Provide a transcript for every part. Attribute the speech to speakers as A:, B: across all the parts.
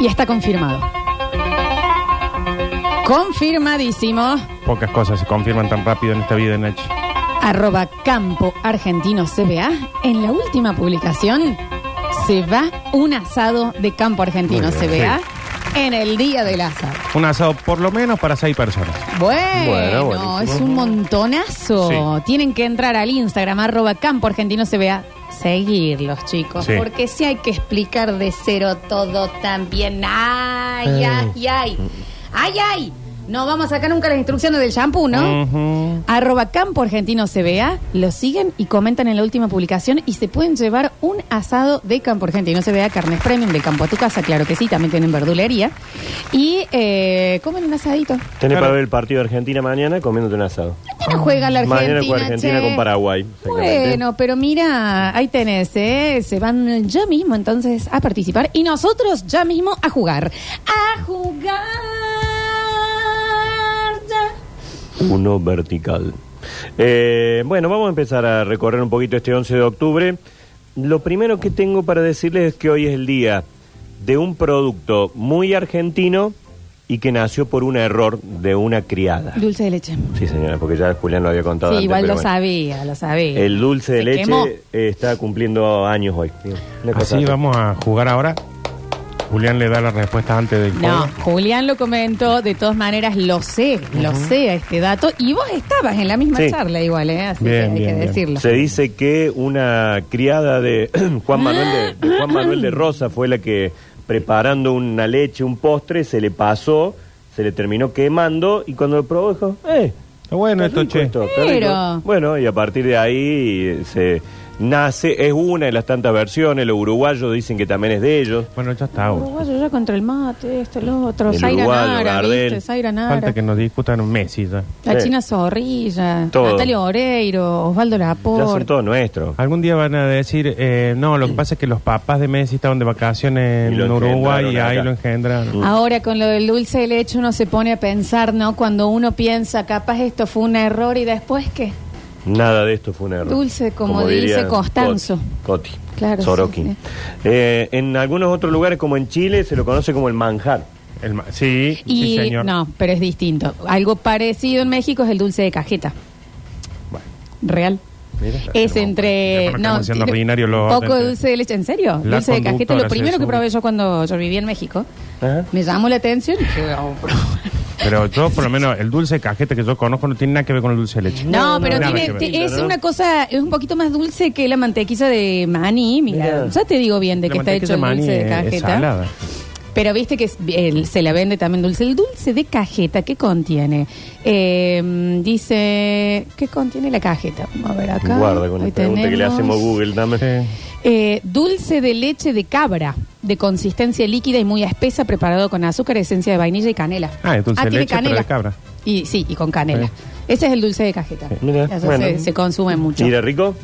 A: Y está confirmado. Confirmadísimo.
B: Pocas cosas se confirman tan rápido en esta vida, Nachi.
A: Arroba Campo Argentino CBA. En la última publicación se va un asado de Campo Argentino
B: Muy bien,
A: CBA en el día del asado.
B: Un asado por lo menos para seis personas.
A: Bueno,
C: Bueno, buenísimo.
A: es un montonazo.
B: Sí.
A: Tienen que entrar al Instagram, arroba campo argentino CBA. Seguirlos, chicos,
B: Sí.
A: porque si hay que explicar de cero todo también.
B: Eh.
A: Ay, ay, ay. Ay, ay. No vamos a sacar nunca las instrucciones del shampoo, ¿no?
B: Ujú.
A: Arroba campo argentino CBA, lo siguen y comentan en la última publicación y se pueden llevar un asado de campo argentino CBA, carnes premium del campo a tu casa, claro que sí, también tienen verdulería. Y eh, comen un asadito.
C: Tenés
B: Claro.
C: para ver el partido de Argentina mañana comiéndote un asado.
A: ¿Por qué no juega la Argentina?
C: mañana juega Argentina
A: che?
C: con Paraguay. exactamente.
A: Bueno, pero mira, ahí tenés, ¿eh? se van ya mismo entonces a participar y nosotros ya mismo a jugar. A jugar. ya.
C: Uno vertical. Eh, bueno, vamos a empezar a recorrer un poquito este 11 de octubre. Lo primero que tengo para decirles es que hoy es el día de un producto muy argentino y que nació por un error de una criada.
A: Dulce de leche.
C: Sí, señora, porque ya Julián lo había contado.
A: Sí,
C: antes,
A: igual lo
C: pero bueno.
A: sabía, lo sabía.
C: El dulce de
A: Se
C: leche
A: quemó.
C: eh, está cumpliendo años hoy. Una cosa
B: Así vamos a jugar ahora. Julián le da la respuesta antes del
A: No,
B: juego.
A: Julián lo comentó, de todas maneras lo sé, lo sé a este dato. Y vos estabas en la misma
C: Sí.
A: charla igual, ¿eh? así que
B: Bien,
A: hay
B: bien,
A: que
B: bien.
A: decirlo.
C: Se dice que una criada de Juan Manuel de, de Juan Manuel de Rosa fue la que preparando una leche, un postre, se le pasó, se le terminó quemando y cuando lo probó dijo, "Eh,
B: Está bueno esto,
C: está rico
B: che.
C: esto, está rico".
A: Pero-
C: Bueno, y a partir de ahí eh, se nace, es una de las tantas versiones, los uruguayos dicen que también es de ellos.
B: Bueno, ya está. ahora.
A: Uruguayo ya contra el mate, esto, lo otro.
C: Ah, El
A: Zaira
C: uruguayo,
A: Nara,
C: Gardel.
A: ¿viste? Zaira Nara.
B: Falta que nos discutan Messi ya.
A: La
C: Sí.
A: China Zorrilla,
C: Todo.
A: Natalia Oreiro, Osvaldo
C: Ya son
A: Laporte.
C: todos nuestros.
B: Algún día van a decir, eh, no, lo que pasa es que los papás de Messi estaban de vacaciones
C: Y lo
B: en Uruguay y
C: engendraron
B: ahí
C: acá.
B: lo engendraron.
A: Ahora con lo del dulce de leche uno se pone a pensar, ¿no? Cuando uno piensa, capaz esto fue un error y después qué.
C: Nada de esto fue un error.
A: Dulce, como dice
C: diría
A: Costanzo.
C: Coti. Coti.
A: Claro,
C: Sorokin.
A: sí,
C: Eh, en algunos otros lugares, como en Chile, se lo conoce como el manjar.
B: El ma- sí,
A: Y
B: sí, señor.
A: no, pero es distinto. Algo parecido en México es el dulce de cajeta.
B: Bueno.
A: Real.
C: Mira.
A: Es entre.
B: Ya conocemos siendo
A: tiene
B: ordinario los
A: poco
B: órdenes.
A: dulce de leche, ¿en serio?
B: La
A: dulce de cajeta,
B: conductora
A: lo
B: se
A: primero que
B: sube.
A: probé yo cuando yo vivía en México.
C: Ajá.
A: Me llamó la atención y dije, vamos a probar.
B: Pero yo, por lo menos, el dulce de cajeta que yo conozco no tiene nada que ver con el dulce de leche.
A: No,
C: No,
A: pero
B: no, nada
A: tiene,
B: que ver.
A: ti- es una cosa, es un poquito más dulce que la mantequilla de maní. Mira,
C: Mirá.
A: ya te digo bien de
B: La
A: que está hecho
B: mantequilla
A: el
B: maní
A: dulce de
B: es- es
A: cajeta.
B: salada.
A: Pero viste que es- el- se la vende también dulce. El dulce de cajeta, ¿qué contiene? Eh, dice, ¿qué contiene la cajeta? Vamos a ver acá.
C: Guarda con la
A: Ahí
C: pregunta que le
A: tenemos.
C: hacemos a Google. Dame.
B: Sí.
A: Eh, dulce de leche de cabra, de consistencia líquida y muy espesa, preparado con azúcar, esencia de vainilla y canela.
B: Ah, es dulce de
A: tiene
B: leche, pero de cabra.
A: Y, sí, y con canela.
B: Sí.
A: Ese es el dulce de cajeta.
C: Mira,
A: Eso
C: bueno.
A: se, se consume mucho.
C: Mira, rico.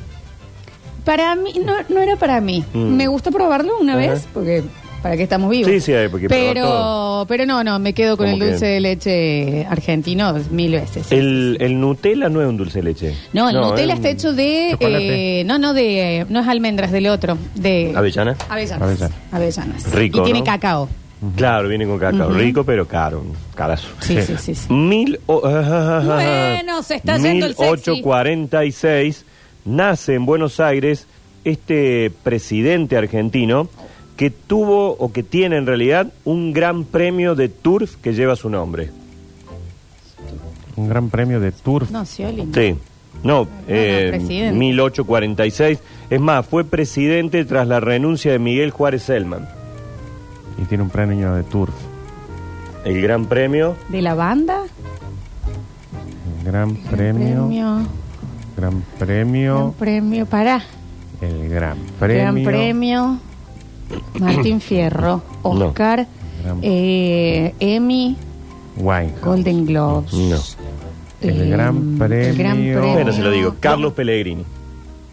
A: Para mí, no, no era para mí.
C: Mm.
A: Me gustó probarlo una
C: Ajá.
A: vez, porque para qué estamos vivos.
C: Sí, sí, hay porque probar
A: pero,
C: todo.
A: pero no, no, me quedo con el
C: Como
A: dulce
C: que-
A: de leche argentino mil veces. sí,
C: El, el Nutella no es un dulce de leche.
A: No, el Nutella
C: es un
A: está hecho de.
B: Chocolate.
A: eh, no, no, de. No es almendras, del otro. De.
C: ¿Avellana?
A: Avellanas.
B: Avellana.
A: Avellanas.
C: Rico,
A: Y tiene
C: ¿no?
A: cacao.
C: Claro, viene con cacao.
A: Ujú.
C: Rico, pero caro. Carazo.
A: Sí, sí,
B: Sí.
A: sí. sí.
C: Mil. o-
A: Bueno, se está yendo el sexy.
C: 1846 nace en Buenos Aires este presidente argentino que tuvo o que tiene en realidad un gran premio de turf que lleva su nombre.
B: Un gran premio de Turf.
A: No, Scioli.
C: Mm. Sí. No, eh,
A: Ah, presidente.
C: 1846. Es más, fue presidente tras la renuncia de Miguel Juárez Selman.
B: Y tiene un premio de Turf.
C: El gran premio.
A: ¿De la banda?
B: Un gran premio.
A: Premio. Gran
B: Gran premio.
A: premio. Pará.
B: El gran
A: Gran
B: premio.
A: premio. Martín Fierro.
C: No.
A: Oscar.
B: Gran-
A: eh, Emmy.
B: Winehouse.
A: Golden Globes. Eh,
C: No.
B: El gran
A: El gran
B: premio.
A: premio.
C: Bueno, se lo digo. Carlos Pellegrini.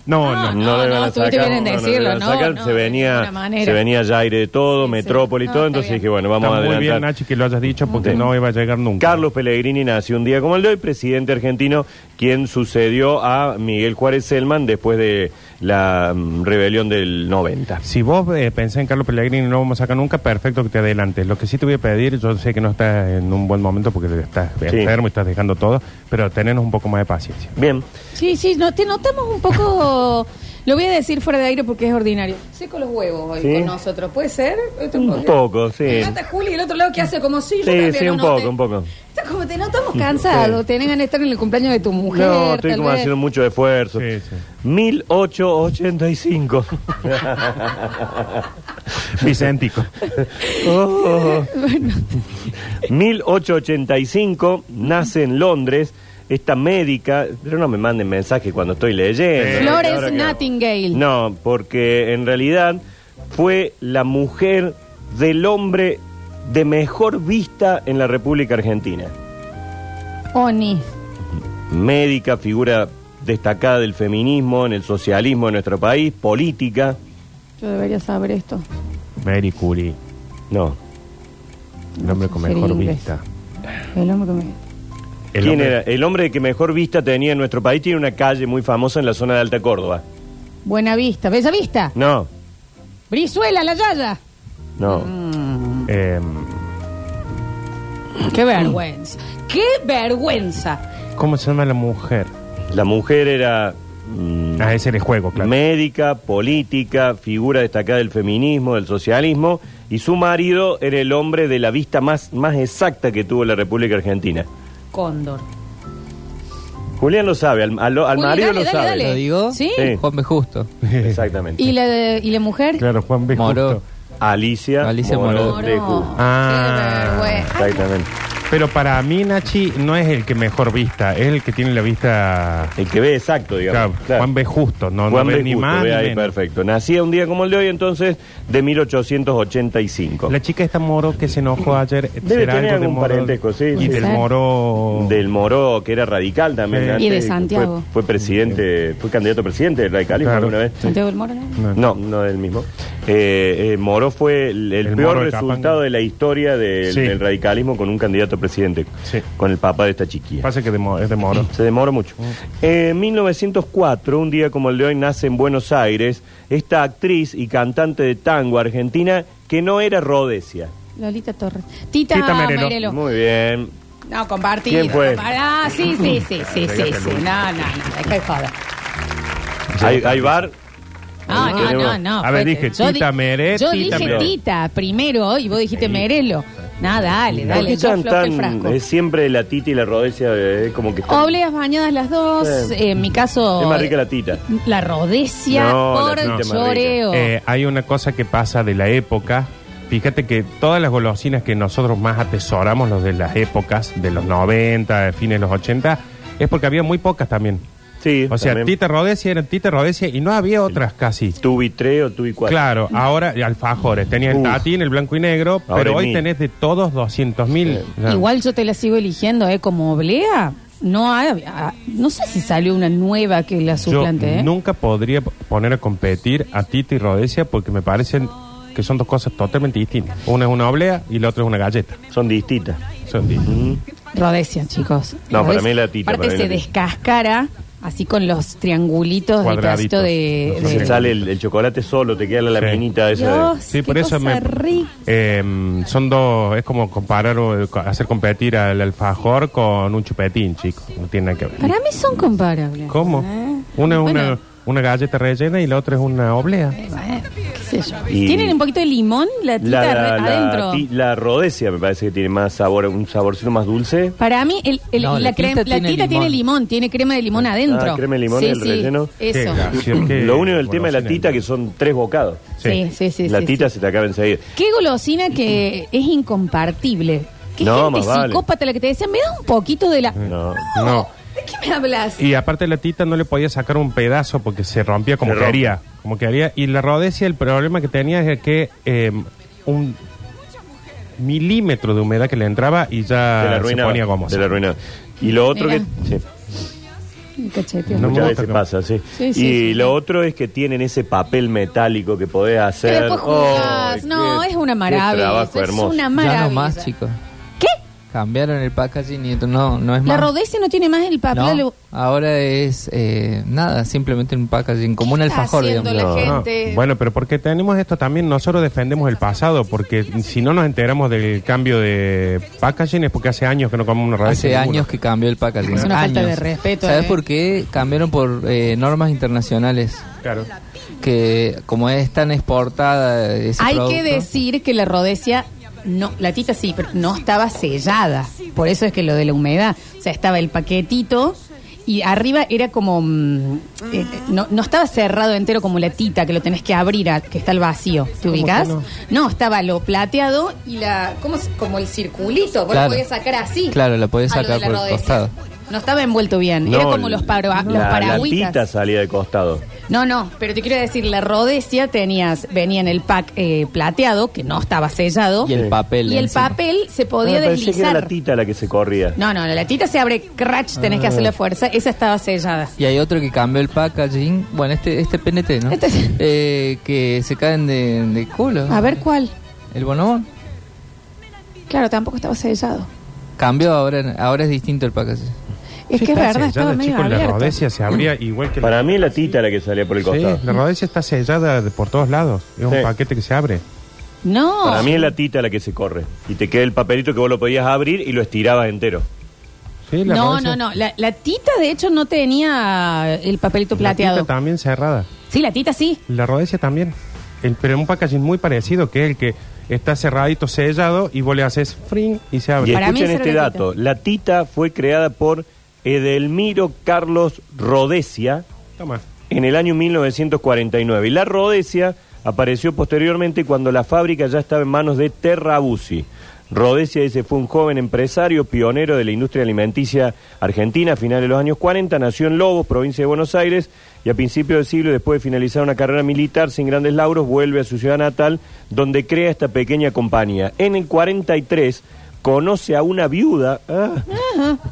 B: No, no.
A: No,
C: le
A: no,
C: van a
A: estuviste
C: sacar,
A: bien en
C: no, no le
A: decirlo,
C: van a
A: no,
C: sacar,
A: no,
C: se
A: de ninguna
C: venía,
A: manera.
C: se venía ya aire de todo,
A: Sí, sí.
C: metrópoli y
A: No,
C: todo,
A: está
C: entonces
A: bien.
C: dije, bueno, vamos
B: Está
C: a
B: muy
C: adelantar.
B: bien, Nachi, que lo hayas dicho porque no iba a llegar nunca.
C: Carlos Pellegrini nació un día como el de hoy, presidente argentino, quien sucedió a Miguel Juárez Selman después de la mm, rebelión del 90.
B: Si vos eh, pensás en Carlos Pellegrini y no vamos a sacar nunca, perfecto que te adelantes. Lo que sí te voy a pedir, yo sé que no estás en un buen momento porque estás enfermo y estás dejando todo, pero tenernos un poco más de paciencia.
C: Bien.
A: Sí, sí, no, te notamos un poco. Lo voy a decir fuera de aire porque es ordinario. Seco los huevos hoy
C: Sí.
A: con nosotros. ¿Puede ser? Esto
C: Un
A: puede-
C: poco, sí.
A: Me encanta Juli del otro lado que hace como sí. yo
C: Sí,
A: también,
C: sí,
A: no,
C: un
A: no, te-
C: poco, un poco.
A: Está como te notamos cansado. Tenés ganas de estar en el cumpleaños de tu mujer.
C: No, estoy
A: tal
C: como
A: vez.
C: haciendo mucho esfuerzo.
B: Sí, sí.
C: 1885.
B: Vicentico.
C: Oh. 1885 nace en Londres esta médica, pero no me manden mensajes cuando estoy leyendo.
B: Eh,
C: Ahora
A: Flores
C: que-
A: Nightingale.
C: No, porque en realidad fue la mujer del hombre de mejor vista en la República Argentina.
A: Oni.
C: Médica, figura destacada del feminismo, en el socialismo de nuestro país, política.
A: Yo debería saber esto.
B: Mary Curie,
C: No.
B: el hombre con mejor
A: Ser inglés.
B: vista.
A: El hombre que me...
B: El
C: ¿Quién
B: hombre-
C: era? El hombre que mejor vista tenía en nuestro país tiene una calle muy famosa en la zona de Alta Córdoba.
A: Buena vista. Bella vista.
C: No,
A: Brizuela, la yaya.
C: no.
A: Mm.
B: eh,
A: Qué vergüenza. Qué vergüenza.
B: ¿Cómo se llama la mujer?
C: La mujer era mm,
B: Ah, ese era el juego, claro.
C: médica, política, figura destacada del feminismo, del socialismo, y su marido era el hombre de la vista más, más exacta que tuvo la República Argentina.
A: Cóndor.
C: Julián lo sabe, al, al- al
A: Juli,
C: marido
A: dale,
C: lo
A: dale,
C: sabe.
A: dale.
D: ¿Lo digo?
A: Sí.
C: Sí.
D: Juan B. Justo.
C: Exactamente.
A: ¿Y la, de- ¿Y la mujer?
B: Claro, Juan B.
D: Moró.
B: Justo.
C: Alicia,
D: Alicia
C: Moró
D: Moró.
C: de Ju.
B: Ah.
A: Qué vergüenza.
C: Exactamente.
B: Pero para mí, Nachi, no es el que mejor vista, es el que tiene la vista.
C: El que ve exacto, digamos.
B: Claro,
C: Claro.
B: Juan B. Justo, no,
C: Juan
B: no
C: B.
B: ve ni
C: Justo,
B: más.
C: ve
B: ni
C: ahí,
B: menos.
C: perfecto. Nacía un día como el de hoy, entonces, de 1885.
B: La chica esta moro que se enojó ayer.
C: Debe
B: ¿será
C: tener
B: algo de
C: algún
B: Moro?
C: parentesco, sí,
B: Y
C: sí,
B: del
A: sí.
B: moro.
C: Del Moró, que era radical también.
B: Sí.
C: antes,
A: Y de
C: fue-
A: Santiago.
C: Fue, presidente, fue candidato a presidente del radicalismo
B: Claro.
C: alguna vez.
A: Santiago del Moro, ¿no?
B: No,
C: No, no del mismo. Eh, eh, Moró fue el, el
B: El
C: peor
B: Moro de
C: resultado
B: Capanga.
C: de la historia del,
B: Sí.
C: del radicalismo con un candidato a presidente,
B: Sí.
C: con el papá de esta chiquilla.
B: Pasa Mm. que de mo- es de moro.
C: Se demoró mucho. Eh, En 1904, un día como el de hoy, nace en Buenos Aires esta actriz y cantante de tango argentina que no era Rodesia.
A: Lolita Torres. Tita,
B: Tita Merelo.
A: Merelo.
C: Muy bien.
A: No, compartido.
C: ¿Quién fue?
A: Ah, sí, sí, sí, sí, sí, sí.
B: Pégate, Lu.
A: No, no, no, deja de joder.
C: Hay, hay bar.
A: Ah, No,
C: Ahí
A: no, no,
C: tenemos.
A: no.
B: A
A: fue
B: ver,
A: que-
B: dije
A: yo
B: Tita Mere,
A: Yo
B: Tita
A: dije
B: Merelo.
A: Tita primero y vos dijiste Merelo. Nada, dale,
C: ¿Por qué
A: dale. Yo
C: están
A: flojo el
C: tan-
A: frasco.
C: es siempre la tita y la rodecia eh, como que están-
A: Obleas bañadas las dos.
C: Sí.
A: eh, en mi caso.
C: es más rica la tita.
A: La rodecia
C: No, la
A: por
C: tita es más rica.
A: choreo.
B: Eh, hay una cosa que pasa de la época. Fíjate que todas las golosinas que nosotros más atesoramos, los de las épocas, de los 90, de fines de los 80, es porque había muy pocas también.
C: Sí.
B: O sea,
C: también.
B: Tita Rodesia era Tita Rodesia y no había otras casi.
C: Tubi 3 o Tubi 4.
B: Claro, ahora y alfajores. Tenía el
C: Uf.
B: tatín, el blanco y negro,
C: Ahora
B: pero
C: hay
B: hoy
C: mil.
B: tenés de todos 200 mil.
A: Igual yo te la sigo eligiendo, ¿eh? Como oblea. No, hay- ah, no sé si salió una nueva que la
B: Yo
A: suplante, ¿eh?
B: nunca podría p- poner a competir a Tita y Rodesia porque me parecen que son dos cosas totalmente distintas. Una es una oblea y la otra es una galleta.
C: Son distintas.
B: Son distintas.
A: Rodesia, chicos.
C: No, para
A: Rodesia.
C: mí la tita,
A: Aparte
C: para mí
A: se
C: la tita.
A: descascara, así con los triangulitos de
B: Cuadraditos.
A: pedacito de...
B: Los
A: de-
C: Se sale el, el chocolate solo, te queda la
B: Sí.
C: laminita esa.
A: Dios,
C: de-
B: Sí,
A: qué
B: por eso
A: cosa
B: me,
A: rica.
B: em, son dos, es como comparar o eh, co- hacer competir al alfajor con un chupetín, chicos. No tiene nada que ver.
A: Para mí son comparables.
B: ¿Cómo?
A: ¿eh?
B: Una es una,
A: Bueno,
B: una galleta rellena y la otra es una oblea.
A: eh, qué sé yo.
C: Y-
A: ¿Tienen un poquito de limón la tita
C: La, la,
A: re-
C: la
A: adentro?
C: ti- la rodecia me parece que tiene más sabor, un saborcito más dulce.
A: Para mí, el, el-
D: No,
A: la,
D: la
A: crema-
D: tita
A: la
D: tiene
A: tita tiene
D: limón.
A: limón, tiene crema de limón adentro.
C: Ah, crema de limón y el relleno.
B: Qué
A: Eso.
B: gracioso, qué
C: Lo único del tema de la tita que
B: golosina.
C: son tres bocados.
A: Sí, sí, sí.
C: la
A: sí,
C: tita
A: sí.
C: se te acaba enseguida.
A: Qué golosina que es incompartible. Qué
C: No,
A: gente
C: más vale.
A: psicópata la que te decía, me da un poquito de la...
C: No.
B: No.
A: ¿De qué me hablas?
B: Y aparte la tita no le podía sacar un pedazo porque se rompía como
C: Se rompe.
B: quería. Como quería. Y la rodecia, el problema que tenía es que em, un milímetro de humedad que le entraba y
C: de la
B: ya Ah, se
C: ruina.
B: ponía gomosa.
C: De la ruina. Y lo otro
A: Mirá.
C: que. sí.
A: Un cachete.
B: No me
C: Muchas
B: gusta
C: veces
B: que-
C: pasa, sí.
A: Sí, sí,
C: y
A: sí,
C: lo
A: sí.
C: otro es que tienen ese papel metálico que podés
A: Que
C: hacer.
A: después jugás.
C: ¡Ay,
A: no,
C: Oh, qué-
A: es una
C: qué
A: maravilla.
C: trabajo
A: Es
C: hermoso.
A: una
D: Ya
A: maravilla.
D: no más, chicos.
A: ¿Qué?
D: Cambiaron el packaging y esto no, no es
A: La
D: más.
A: rodecia no tiene más el papel.
D: No,
A: alu-
D: ahora es eh, nada, simplemente un packaging, como un
A: ¿Qué está
D: alfajor,
A: haciendo
D: digamos.
A: la
B: No,
A: gente.
B: no. Bueno, pero porque tenemos esto también, nosotros defendemos el pasado, porque si no nos enteramos del cambio de packaging es porque hace años que no comemos una radio.
D: Hace años que cambió el packaging.
A: Es una
D: años.
A: falta de respeto,
D: ¿Sabes
A: eh?
D: por qué? Cambiaron por eh, normas internacionales.
B: Claro.
D: Que como es tan exportada ese
A: Hay
D: producto,
A: que decir que la rodecia, no, la tita sí, pero no estaba sellada. Por eso es que lo de la humedad, o sea, estaba el paquetito y arriba era como, mm, eh, no, no estaba cerrado entero como la tita, que lo tenés que abrir, a- que está al vacío. ¿Te ubicas?
B: que no?
A: No? estaba lo plateado y la, ¿cómo se- como el circulito, vos
D: Claro.
A: lo podías sacar así.
D: Claro, la podés
A: a lo de
D: sacar
A: la
D: por el
A: rodecia.
D: costado.
A: No estaba envuelto bien, era como los, para, los
C: la,
A: paragüitas.
C: La tita salía de costado.
A: No, no, pero te quiero decir, la Rodesia tenías, venía en el pack eh, plateado, que no estaba sellado.
D: Y el papel
A: Y el
D: encima.
A: papel se
C: Ah,
A: podía
C: me parecía que era
A: deslizar.
C: la tita Ah. la que se corría.
A: No, no, la tita se abre, crash, tenés que hacer la fuerza. Esa estaba sellada.
D: Y hay otro que cambió el packaging. Bueno, este este PNT, ¿no?
A: Este-
D: Eh, que se caen de, de culo.
A: A ver cuál.
D: El bonobón.
A: Claro, tampoco estaba sellado.
D: Cambió, ahora, ahora es distinto el packaging.
A: Es
B: Sí,
A: que es
B: está
A: verdad, estaba
B: sellada,
A: medio
B: chicos, La
A: abierto.
B: rodecia se abría
D: Mm.
B: igual que
C: Para
B: la...
C: mí la tita la que salía por el
B: Sí,
C: costado.
B: la rodecia está sellada de- por todos lados. Es
C: Sí.
B: un paquete que se abre.
A: No.
C: Para mí es la tita la que se corre. Y te queda el papelito que vos lo podías abrir y lo estirabas entero.
B: Sí, la
A: no,
B: rodecia-
A: no, no. La, la tita, de hecho, no tenía el papelito
B: La
A: plateado.
B: tita también cerrada.
A: sí, la tita sí.
B: La rodecia también. El, pero un packaging muy parecido, que es el que está cerradito, sellado, y vos le haces fring y se abre.
C: Y
A: Para mí
C: escuchen
A: esa era
C: este
A: la
C: dato. La tita fue creada por Edelmiro Carlos Rodesia
B: Toma.
C: en el año 1949. Y la Rodesia apareció posteriormente cuando la fábrica ya estaba en manos de Terrabusi. Rodesia dice, fue un joven empresario pionero de la industria alimenticia argentina a finales de los años 40, nació en Lobos, provincia de Buenos Aires, y a principios del siglo, después de finalizar una carrera militar sin grandes lauros, vuelve a su ciudad natal, donde crea esta pequeña compañía. En el 43 conoce a una viuda, ah,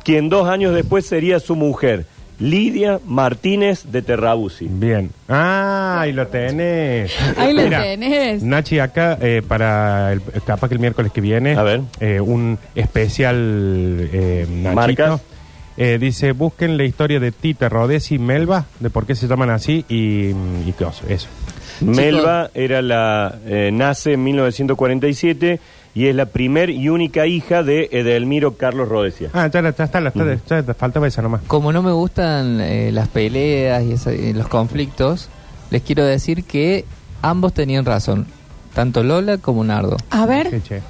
C: quien dos años después sería su mujer, Lidia Martínez de Terrabusi.
B: Bien. Ah, ahí lo tenés.
A: Ahí lo tenés.
B: Nachi, acá eh, para el, capaz que el miércoles que viene,
C: A ver.
B: eh, un especial eh, Nachito.
C: Marcas.
B: Eh, dice, busquen la historia de Tita, Rodesi y Melba, de por qué se llaman así y, y qué oso, eso.
C: Melba era la eh, nace en 1947 y es la primer y única hija de Edelmiro Carlos Rodesia.
B: Ah, ya, la- ya está, la, está- ya te faltaba esa nomás.
D: Como no me gustan eh, las peleas y esa- y los conflictos, les quiero decir que ambos tenían razón, tanto Lola como Nardo.
A: A
B: Sí,
A: ver,
B: che.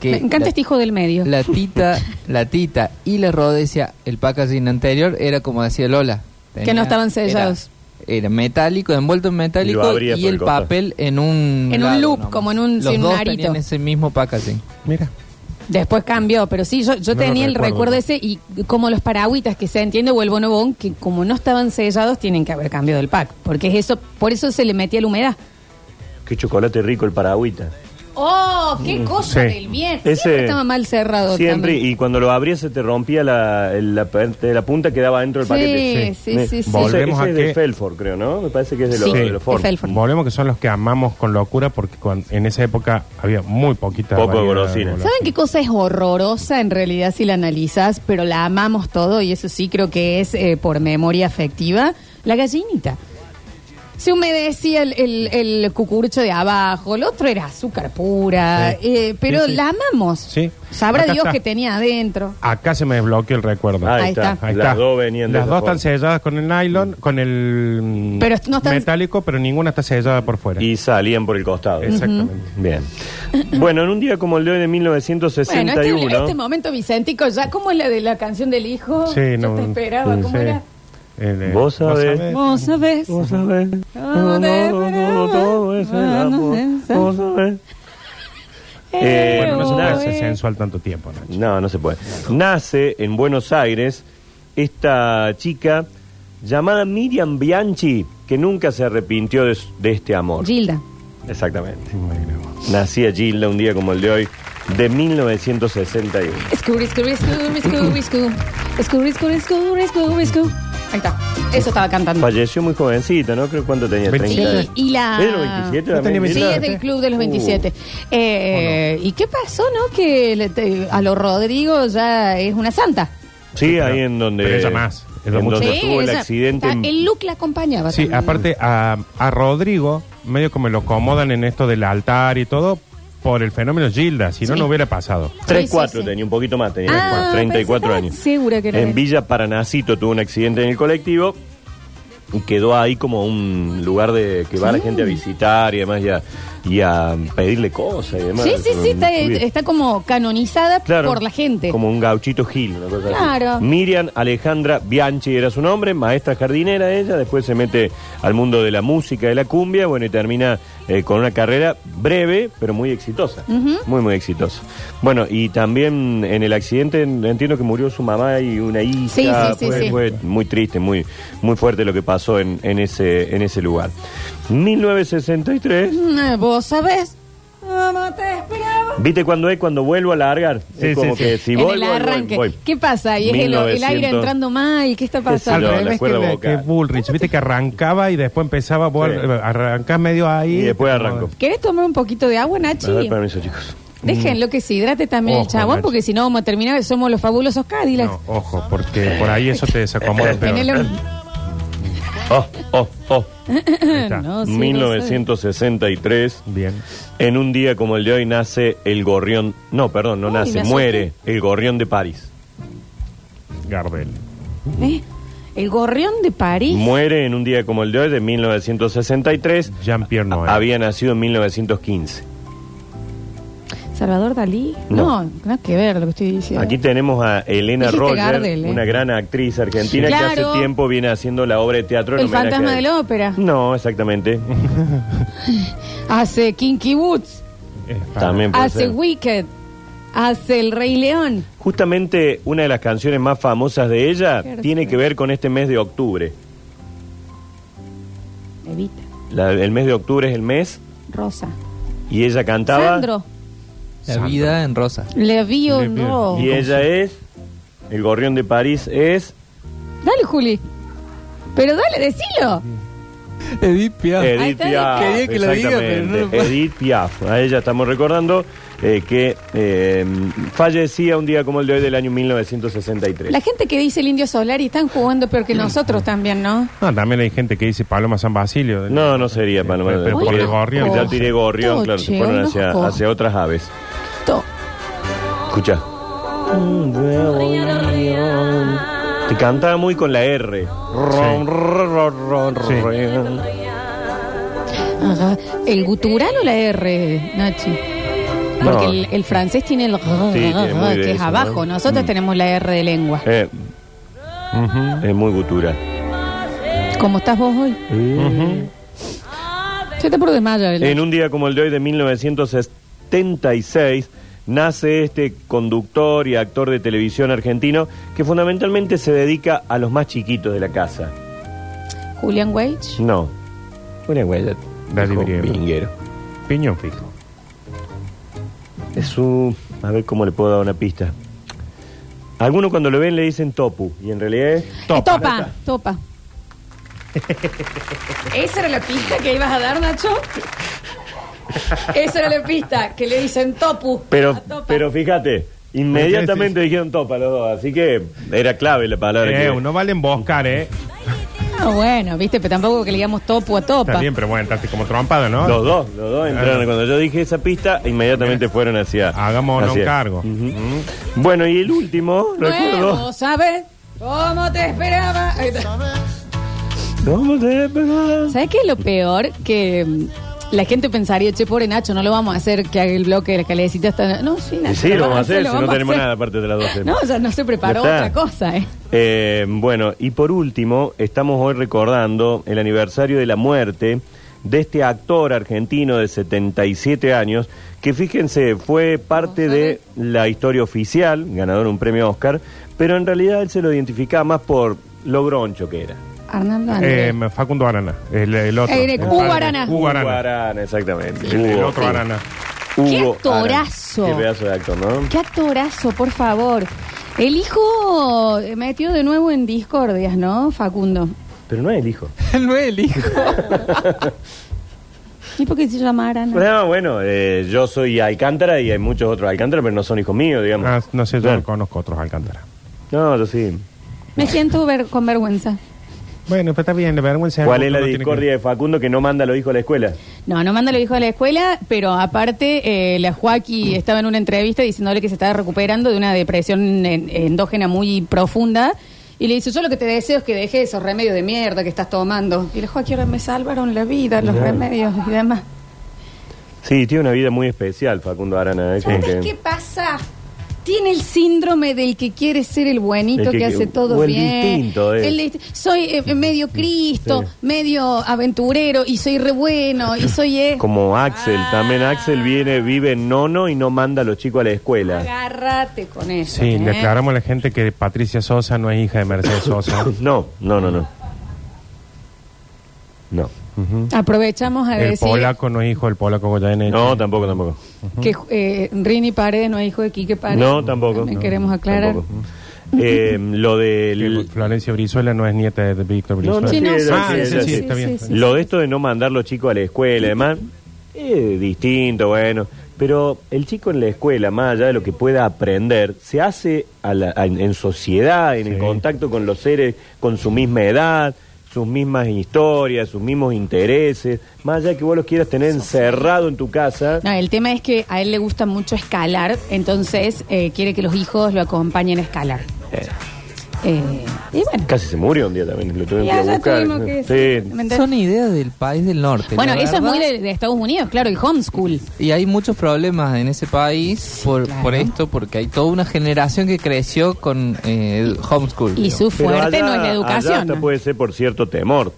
D: Que
A: me encanta
D: la-
A: este hijo del medio.
D: La tita, la tita y la rodecia, el packaging anterior era como decía Lola.
A: Que no estaban sellados.
D: Era, era metálico, envuelto en
C: Y lo
D: metálico y,
C: abría por
D: el
C: el costado.
D: papel en un
A: En un
D: lado
A: loop,
D: nomás.
A: como en un-
D: Los
A: sin un
D: dos
A: arito.
D: tenían ese mismo packaging.
B: Mira.
A: Después cambió, pero sí, yo, yo
B: No
A: tenía
B: lo
A: el
B: recuerdo.
A: recuerdo ese y como los paragüitas que se entiende o el bonobón, que como no estaban sellados tienen que haber cambiado el pack, porque es eso, por eso se le metía la humedad.
C: Qué chocolate rico el paragüita.
A: ¡Oh, qué cosa
B: Mm, sí.
A: del bien!
C: Ese-
A: Siempre estaba mal cerrado
C: Siempre,
A: también.
C: y cuando lo abrías se te rompía la, el- la parte de la punta quedaba dentro del
A: Sí,
C: paquete.
A: sí,
C: Me-
A: sí, sí.
B: Volvemos
C: ese
B: a
C: es de
B: que-
C: Felford, creo, ¿no? Me parece que es de los,
A: Sí,
C: de los Ford.
A: de Felford.
B: Volvemos que son los que amamos con locura porque cuan- en esa época había muy poquita
C: Poco de
B: variedad
C: golosina.
A: ¿Saben qué cosa es horrorosa en realidad si la analizas, pero la amamos todo y eso sí creo que es eh, por memoria afectiva? La gallinita. Se humedecía el, el- el cucurucho de abajo, el otro era azúcar pura,
B: Sí.
A: eh, pero
B: Sí, sí.
A: la amamos.
B: Sí.
A: Sabrá
B: Acá
A: Dios
B: está.
A: que tenía adentro.
B: Acá se me desbloqueó el recuerdo.
C: Ahí,
A: Ahí
C: está.
A: está.
B: Ahí
C: Las
B: está.
C: dos venían de
B: Las
C: esa
B: dos
C: forma.
B: están selladas con el nylon, con el mm,
A: Pero no están-
B: metálico, pero ninguna está sellada por fuera.
C: Y salían por el costado.
B: Exactamente.
C: Bien. Bueno, en un día como el de hoy de 1961.
A: Bueno, este, este momento vicentico, ya como es la de la canción del hijo,
B: Sí,
A: yo
B: no.
A: te esperaba,
B: sí.
A: ¿cómo era?
B: El, eh,
C: Vos sabés.
A: Vos sabés.
C: Vos sabés, todo, todo, todo, todo es el amor. Vos sabés. Eh,
B: Bueno, no se puede
A: Pero,
B: hacer
A: eh.
B: sensual tanto tiempo, Nacho.
C: No, no se puede. Nace en Buenos Aires esta chica llamada Miriam Bianchi, que nunca se arrepintió de, s- de este amor.
A: Gilda.
C: Exactamente.
B: Bueno.
C: Nacía Gilda un día como el de hoy, de 1961.
A: Scooby, Scooby, Scooby, Scooby, Scooby. Scooby, Scooby, Scooby, Scooby, Scooby. Ahí está. Eso estaba cantando.
C: Falleció muy jovencita, ¿no? Creo cuánto tenía,
B: 27.
C: 30
A: Sí,
C: años.
A: y la...
C: ¿Era los 27
B: No tenía
C: también?
A: Sí,
B: Mira.
A: es del club de los
C: Uh.
A: 27. Eh, ¿Y qué pasó, no? Que le- te- a lo Rodrigo ya es una santa.
C: Sí, ahí en donde...
B: Pero ella más,
C: En
B: ella mucho
C: donde
B: más.
C: tuvo el
A: ella-
C: accidente...
A: está-
C: en-
A: Ah, el look la acompañaba.
B: Sí,
A: también.
B: aparte a, a Rodrigo, medio como lo acomodan en esto del altar y todo, por el fenómeno Gilda, si no,
A: Sí.
B: no hubiera pasado.
A: Sí,
C: 3,
A: sí,
C: 4
A: sí.
C: tenía, un poquito más, tenía
A: Ah,
C: cuatro, 34
A: pensé,
C: años.
A: estaba segura que era él.
C: En Villa Paranacito tuvo un accidente en el colectivo y quedó ahí como un lugar de que va la gente a visitar y demás y a, y a pedirle cosas y demás.
A: Sí, sí, sí,
C: Mm,
A: está,
C: muy bien.
A: está como canonizada
C: Claro,
A: por la gente.
C: Como un gauchito Gil, una cosa así.
A: Claro.
C: Miriam Alejandra Bianchi era su nombre, maestra jardinera ella, después se mete al mundo de la música, de la cumbia, bueno, y termina eh, con una carrera breve, pero muy exitosa. Muy, muy exitosa. Bueno, y también en el accidente en- entiendo que murió su mamá y una hija.
A: Sí, sí, sí,
C: fue,
A: sí.
C: fue muy triste, muy, muy fuerte lo que pasó en, en ese, en ese lugar. 1963.
A: Mm, Vos sabés. Mamá, te esperaba.
C: ¿Viste cuando es? Cuando vuelvo a largar.
B: Sí,
C: es
B: sí,
C: como
B: sí.
C: que si
A: en
C: voy,
A: el
C: voy, voy,
A: arranque.
C: voy.
A: ¿Qué pasa? Y es el, el aire
C: 1900.
A: entrando más. ¿Y qué está
B: Al
A: pasando?
C: Sí, no, la
B: revés que,
C: cuerda
B: la-
C: vocal.
B: que Bullrich, viste que arrancaba y después empezaba, vos
C: Sí.
B: ar- arrancás medio ahí.
C: Y después arranco.
A: ¿Querés tomar un poquito de agua,
C: A ver,
A: Nachi?
C: permiso, chicos.
A: Déjenlo que se hidrate también el
B: Ojo,
A: chabón,
B: Nachi.
A: porque si no vamos a terminar, somos los fabulosos Cadillacs.
B: No, ojo, porque por ahí eso te desacomoda peor.
A: Tenelo-
C: Oh, oh, oh.
B: Ahí está.
A: No, sí, no
C: 1963.
B: Bien.
C: En un día como el de hoy nace el gorrión. No, perdón, no
A: Uy, me
C: nace,
A: asusté.
C: muere el gorrión de París.
B: Gardel.
A: sabe. ¿Eh? El gorrión de París.
C: Muere en un día como el de hoy de 1963.
B: Jean-Pierre Noël.
C: Ah, Había nacido en 1915.
A: Salvador Dalí. No.
C: No.
A: nada que ver lo que estoy diciendo.
C: Aquí tenemos a Elena
A: Dijiste
C: Roger,
A: Gardel, ¿eh?
C: una gran actriz argentina
A: Sí.
C: que
A: Claro.
C: hace tiempo viene haciendo la obra de Mm. teatro. en
A: el
C: homenaje
A: fantasma
C: a
A: de
C: él.
A: la ópera.
C: No, exactamente.
A: Hace Kinky Woods.
B: Es para-
C: También puede
A: Hace
C: ser.
A: Wicked. Hace El Rey León.
C: Justamente una de las canciones más famosas de ella
A: Qué
C: tiene que ver con este mes de octubre.
A: Evita.
C: La- el mes de octubre es el mes
A: Rosa.
C: y ella cantaba.
A: Sandro.
D: La
B: Santo.
D: vida en rosa.
A: Le vio
B: Le Vio.
A: no.
C: Y ella es. El gorrión de París es.
A: Dale, Juli. Pero dale, decilo.
D: Edith Piaf.
A: Ahí
C: Edith
A: está,
C: Piaf.
D: quería Ah, que lo diga, pero
C: exactamente.
D: no lo puedo.
C: Edith Piaf. A ella estamos recordando eh, que eh, fallecía un día como el de hoy del año 1963.
A: La gente que dice el indio solar y están jugando peor que nosotros también, ¿no?
B: No, también hay gente que dice Paloma San Basilio.
C: No, no sería Paloma.
B: Pero, pero por
A: Hoy
B: el
A: no.
B: gorrión.
A: Hoy
C: Ya tiré gorrión, claro, se
A: Toche,
C: fueron
A: ojo.
C: hacia, hacia otras aves.
A: To-
C: Escucha. Te cantaba muy con la R. Ron, ron, ron, ron,
B: Sí.
C: ron.
A: Ajá. El gutural o la R, Nachi. Porque
C: No.
A: el, el francés tiene el
C: tiene muy de
A: que es
C: eso,
A: abajo.
C: ¿no?
A: Nosotros
C: Mm.
A: tenemos la R de lengua.
C: Eh,
B: Ujú.
C: es muy gutura. Eh.
A: ¿Cómo estás vos hoy?
B: Ujú.
A: Yo te por desmayo. el-
C: En un día como el de hoy de 1976 nace este conductor y actor de televisión argentino que fundamentalmente se dedica a los más chiquitos de la casa.
A: Julian Wage.
C: No. Una huella.
B: Dale,
C: dijo
B: Brieva.
C: Piñero.
B: Piñón fijo.
C: Es su... A ver cómo le puedo dar una pista. Algunos cuando lo ven le dicen topu y en realidad es...
A: Eh, topa, topa. ¿Esa era la pista que ibas a dar, Nacho? Esa era la pista que le dicen topu.
C: Pero,
A: a Ah, topa.
C: pero fíjate, inmediatamente
B: Sí, sí, sí.
C: dijeron topa los dos, así que era clave la palabra.
B: Eh,
C: que-
B: no vale emboscar, ¿eh?
A: Ah, bueno, viste, pero tampoco que le digamos topu a
B: Está
A: topa.
B: bien, pero bueno, entraste como trompada, ¿no?
C: Los dos, los dos entraron.
B: Ah.
C: Cuando yo dije esa pista, inmediatamente fueron hacia.
B: Hagámonos
C: hacia-
B: un cargo.
C: Bueno, y el último, recuerdo.
A: Nuevo, ¿sabes? ¿Cómo te esperaba? Ahí está.
C: ¿Cómo te pegás?
A: ¿Sabes qué es lo peor? Que mm, la gente pensaría, che, pobre Nacho, no lo vamos a hacer que haga el bloque de la calecita hasta. No, sí, Nacho.
C: Y Sí, lo vamos a hacer, si no
A: vamos a
C: tenemos
A: hacer.
C: nada aparte de las 12.
A: No, ya no se preparó
C: Ya
A: otra
C: está.
A: cosa, ¿eh?
C: Eh, bueno, y por último, estamos hoy recordando el aniversario de la muerte de este actor argentino de 77 años, que fíjense, fue parte de la historia oficial, ganador de un premio Oscar, pero en realidad él se lo identificaba más por lo groncho que era.
A: Arnaldo
B: Eh,
A: Andrés.
B: Facundo Arana, el, el otro.
A: Eh,
B: El
A: Hugo
B: padre.
A: Arana.
B: Hugo Arana.
C: exactamente.
B: El, el
C: Hugo.
B: otro Arana.
A: ¡Qué
C: Hugo Arana.
A: actorazo!
C: Qué pedazo de actor, ¿no?
A: ¡Qué actorazo, por favor! El hijo eh, metió de nuevo en discordias, ¿no, Facundo?
C: Pero no es el hijo.
D: no es el hijo.
A: ¿Y por qué se llama Arana?
C: No, bueno, eh, yo soy Alcántara y hay muchos otros Alcántara, pero no son hijos míos, digamos.
B: Ah, no sé, yo
C: Claro.
B: no conozco otros Alcántara.
C: No, yo sí.
A: Me siento ver- con vergüenza.
B: Bueno, pero está bien, la vergüenza.
C: ¿Cuál
B: algo
C: es
B: que
C: la
B: uno tiene que-
C: discordia de Facundo que no manda a los hijos a la escuela?
A: No, no manda a los hijos a la escuela, pero aparte, eh, la Joaquí estaba en una entrevista diciéndole que se estaba recuperando de una depresión en- endógena muy profunda. Y le dice, yo lo que te deseo es que deje esos remedios de mierda que estás tomando. Y el Joaquí ahora me salvaron la vida, los
C: Claro.
A: remedios y demás.
C: Sí, tiene una vida muy especial Facundo Arana. ¿eh? Como
A: ¿Sabes
C: que-
A: qué pasa? Tiene el síndrome del que quiere ser el buenito
C: El
A: que,
C: que-
A: hace
C: que-
A: todo
C: o el
A: bien.
C: distinto, eh.
A: El dist- soy eh, medio Cristo,
C: Sí.
A: medio aventurero y soy re bueno y soy eh,
C: Como Axel, también
A: Ah.
C: Axel viene, vive en nono y no manda a los chicos a la escuela.
A: Agárrate con eso.
B: Sí,
A: ¿eh?
B: le aclaramos a la gente que Patricia Sosa no es hija de Mercedes Sosa.
C: No, no, no, no. No.
B: Ujú.
A: Aprovechamos a
B: El
A: decir
B: polaco no es hijo del polaco Goyeneche.
C: No, tampoco, tampoco.
A: que eh, Rini Paredes no es hijo de Quique Paredes.
C: No, tampoco.
A: También
C: No,
A: queremos aclarar.
C: tampoco. Eh, lo
B: Que
C: de
B: Florencia Brizuela no es nieta de Víctor Brizuela.
C: No, no,
A: Sí, no,
C: Sí,
A: sí,
B: ah,
A: sí,
B: sí, sí,
A: sí,
B: está
A: sí,
B: bien.
A: sí, sí.
C: lo de esto de no mandar los chicos a la escuela, además, es distinto, bueno. Pero el chico en la escuela, más allá de lo que pueda aprender, se hace a la- a- en, en sociedad, en el
B: Sí.
C: contacto con los seres con su misma edad, sus mismas historias, sus mismos intereses, más allá de que vos los quieras tener encerrado en tu casa.
A: No, el tema es que a él le gusta mucho escalar, entonces eh, quiere que los hijos lo acompañen a escalar.
C: Eh,
A: Eh, y bueno.
C: casi se murió un día también, lo tuvieron
A: Y
C: que ir a
A: allá
C: buscar.
A: tuvimos que-
C: Sí.
A: ¿me entendés?
D: Son ideas del país del norte.
A: Bueno,
D: la
A: eso es
D: verdad.
A: muy de, de Estados Unidos, claro, el homeschool.
D: Y hay muchos problemas en ese país por,
A: claro.
D: por esto, porque hay toda una generación que creció con eh, homeschool.
A: Y
D: digamos.
A: su
C: Pero
A: fuerte
C: allá-
A: no es la
C: allá hasta
A: educación.
C: puede ser por cierto temor.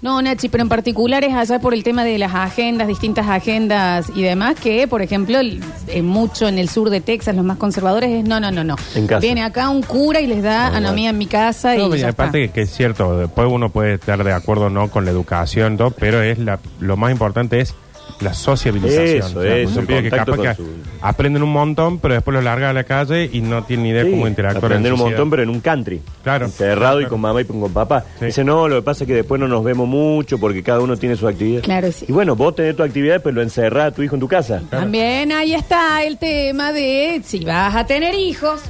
A: No, Nachi, pero en particular es allá por el tema de las agendas, distintas agendas y demás, que, por ejemplo, el- eh, mucho en el sur de Texas, los más conservadores es no, no, no, no.
C: En casa.
A: Viene acá un cura y les da anomía en mi casa.
B: No,
A: y
B: y
A: ya
B: aparte que,
A: está.
B: que es cierto, después uno puede estar de acuerdo o no con la educación, todo, pero es la, lo más importante es la sociabilización.
C: Eso,
B: O sea,
C: eso,
B: son
C: el
B: pibes que
C: contacto
B: capaz que
C: con su-
B: aprenden un montón, pero después los largan a la calle y no tienen ni idea
C: Sí,
B: cómo interactuar. en
C: Aprender un
B: sociedad.
C: montón, pero en un country.
B: Claro.
C: Encerrado y
B: Claro.
C: con mamá y con papá.
B: Sí.
C: Dice, no, lo que pasa es que después no nos vemos mucho porque cada uno tiene su actividad.
A: Claro, sí.
C: Y bueno, vos tenés tu actividad, pero lo encerrás a tu hijo en tu casa.
A: También ahí está el tema de si vas a tener hijos,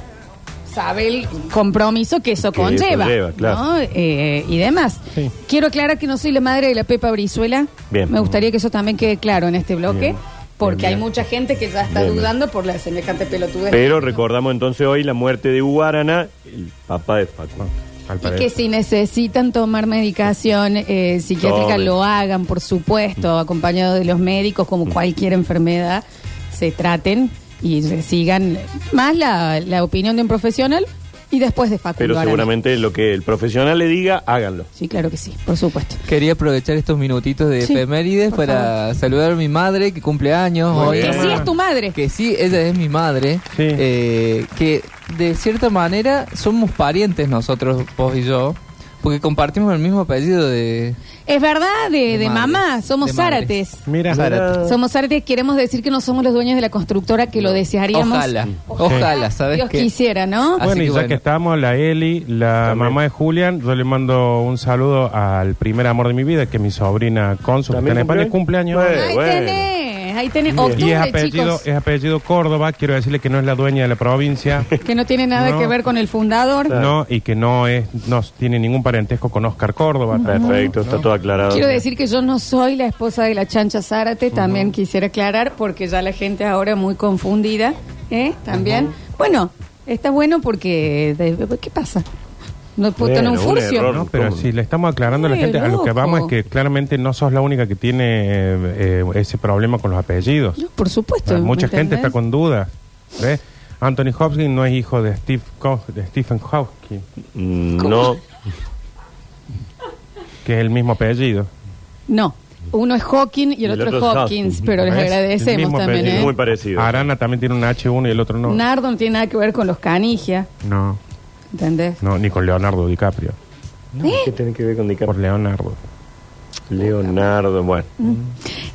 A: sabe el compromiso que eso
C: Que eso
A: conlleva.
C: lleva, claro.
A: ¿no? Eh, y demás.
B: Sí.
A: Quiero aclarar que no soy la madre de la Pepa Brizuela.
C: Bien.
A: Me gustaría que eso también quede claro en este bloque.
C: Bien.
A: Porque
C: Bien, bien.
A: hay mucha gente que ya está
C: Bien, bien.
A: dudando por la semejante pelotudez.
C: Pero recordamos entonces hoy la muerte de Hugo Arana, el papá de Facundo.
B: Al
A: Y que
B: parecer.
A: si necesitan tomar medicación eh, psiquiátrica,
C: Tomen.
A: lo hagan, por
B: Mm.
A: supuesto, acompañado de los médicos, como cualquier enfermedad, se traten y sigan más la, la opinión de un profesional y después de Facundo.
C: Pero
A: Arana.
C: seguramente lo que el profesional le diga, háganlo.
A: Sí, claro que sí, por supuesto.
D: Quería aprovechar estos minutitos de
A: Sí,
D: efemérides
A: por
D: para saludar a mi madre que cumple años.
B: Muy
D: hoy.
B: bien.
A: Que sí es tu madre.
D: Que sí, ella es mi madre.
B: Sí.
D: eh, que de cierta manera somos parientes nosotros, vos y yo, porque compartimos el mismo apellido de.
A: Es verdad, de, de
D: De madres,
A: mamá, somos
D: de madres.
A: Zárates.
B: Mira,
D: Zárate.
A: Somos Zárates, queremos decir que no somos los dueños de la constructora, que lo desearíamos.
D: Ojalá,
B: Mm.
D: ojalá, ¿sabes
A: Dios
D: qué?
A: quisiera, ¿no?
D: Así
B: Bueno, y
D: que
B: ya
D: bueno.
B: que estamos, la Eli, la
C: También.
B: mamá de Julián, yo le mando un saludo al primer amor de mi vida, que es mi sobrina Consu, que está
C: ¿También
B: en España,
C: cumpleaños?
B: cumpleaños.
C: Eh,
A: Ahí
C: bueno.
A: tenés, ahí tenés.
B: Y es
A: Octubre,
B: apellido, eh,
A: chicos.
B: es apellido Córdoba, quiero decirle que no es la dueña de la provincia.
A: Que no tiene nada
B: No.
A: que ver con el fundador.
B: No, y que no es, no tiene ningún parentesco con Oscar Córdoba.
C: Perfecto, está todo aclarado.
A: Quiero decir que yo no soy la esposa de la chancha Zárate, también quisiera aclarar, porque ya la gente ahora muy confundida, ¿eh? También. Bueno, está bueno porque... de- ¿Qué pasa? No puedo tener
C: Bueno,
A: un
C: un
A: furcio.
C: error.
B: No, pero
C: ¿Cómo?
B: si le estamos aclarando a la
A: Qué
B: gente, a lo que
A: loco.
B: vamos es que claramente no sos la única que tiene eh, eh, ese problema con los apellidos.
A: No, por
B: O sea,
A: supuesto.
B: mucha
A: ¿me
B: gente está
A: entendés?
B: con dudas. ¿ves? Anthony Hopkins no es hijo de, Steve Co- de Stephen Hopkins,
C: Mm, No,
B: que es el mismo apellido.
A: No, uno es Hawking y el, otro, es Hopkins, pero les
B: ¿Ves? El
A: agradecemos
B: mismo
A: también,
B: apellido.
A: ¿eh?
C: Muy parecido.
B: Arana también tiene un H1 y el otro no.
A: Nardo no tiene nada que ver con los canigia,
B: No,
A: ¿entendés?
B: no, ni con Leonardo DiCaprio.
A: ¿Eh?
C: ¿qué tiene que ver con
B: Por
C: DiCaprio?
B: Leonardo.
C: Leonardo, bueno.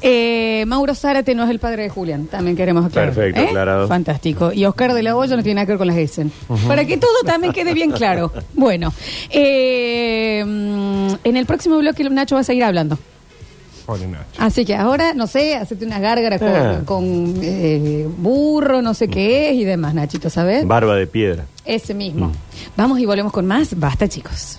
A: Eh, Mauro Zárate no es el padre de Julián, también queremos aclarar.
C: Perfecto,
A: ¿Eh?
C: aclarado.
A: Fantástico. Y Oscar de la Hoya no tiene nada que ver con las Essen. Para que todo también quede bien claro. Bueno, eh, mm, en el próximo bloque Nacho va a seguir hablando.
B: Pobre Nacho.
A: Así que ahora, no sé, hacete una gárgara con,
C: Ah.
A: con, eh, burro, no sé qué es y demás, Nachito, ¿sabes?
C: Barba de piedra.
A: Ese mismo. Vamos y volvemos con más. Basta, chicos.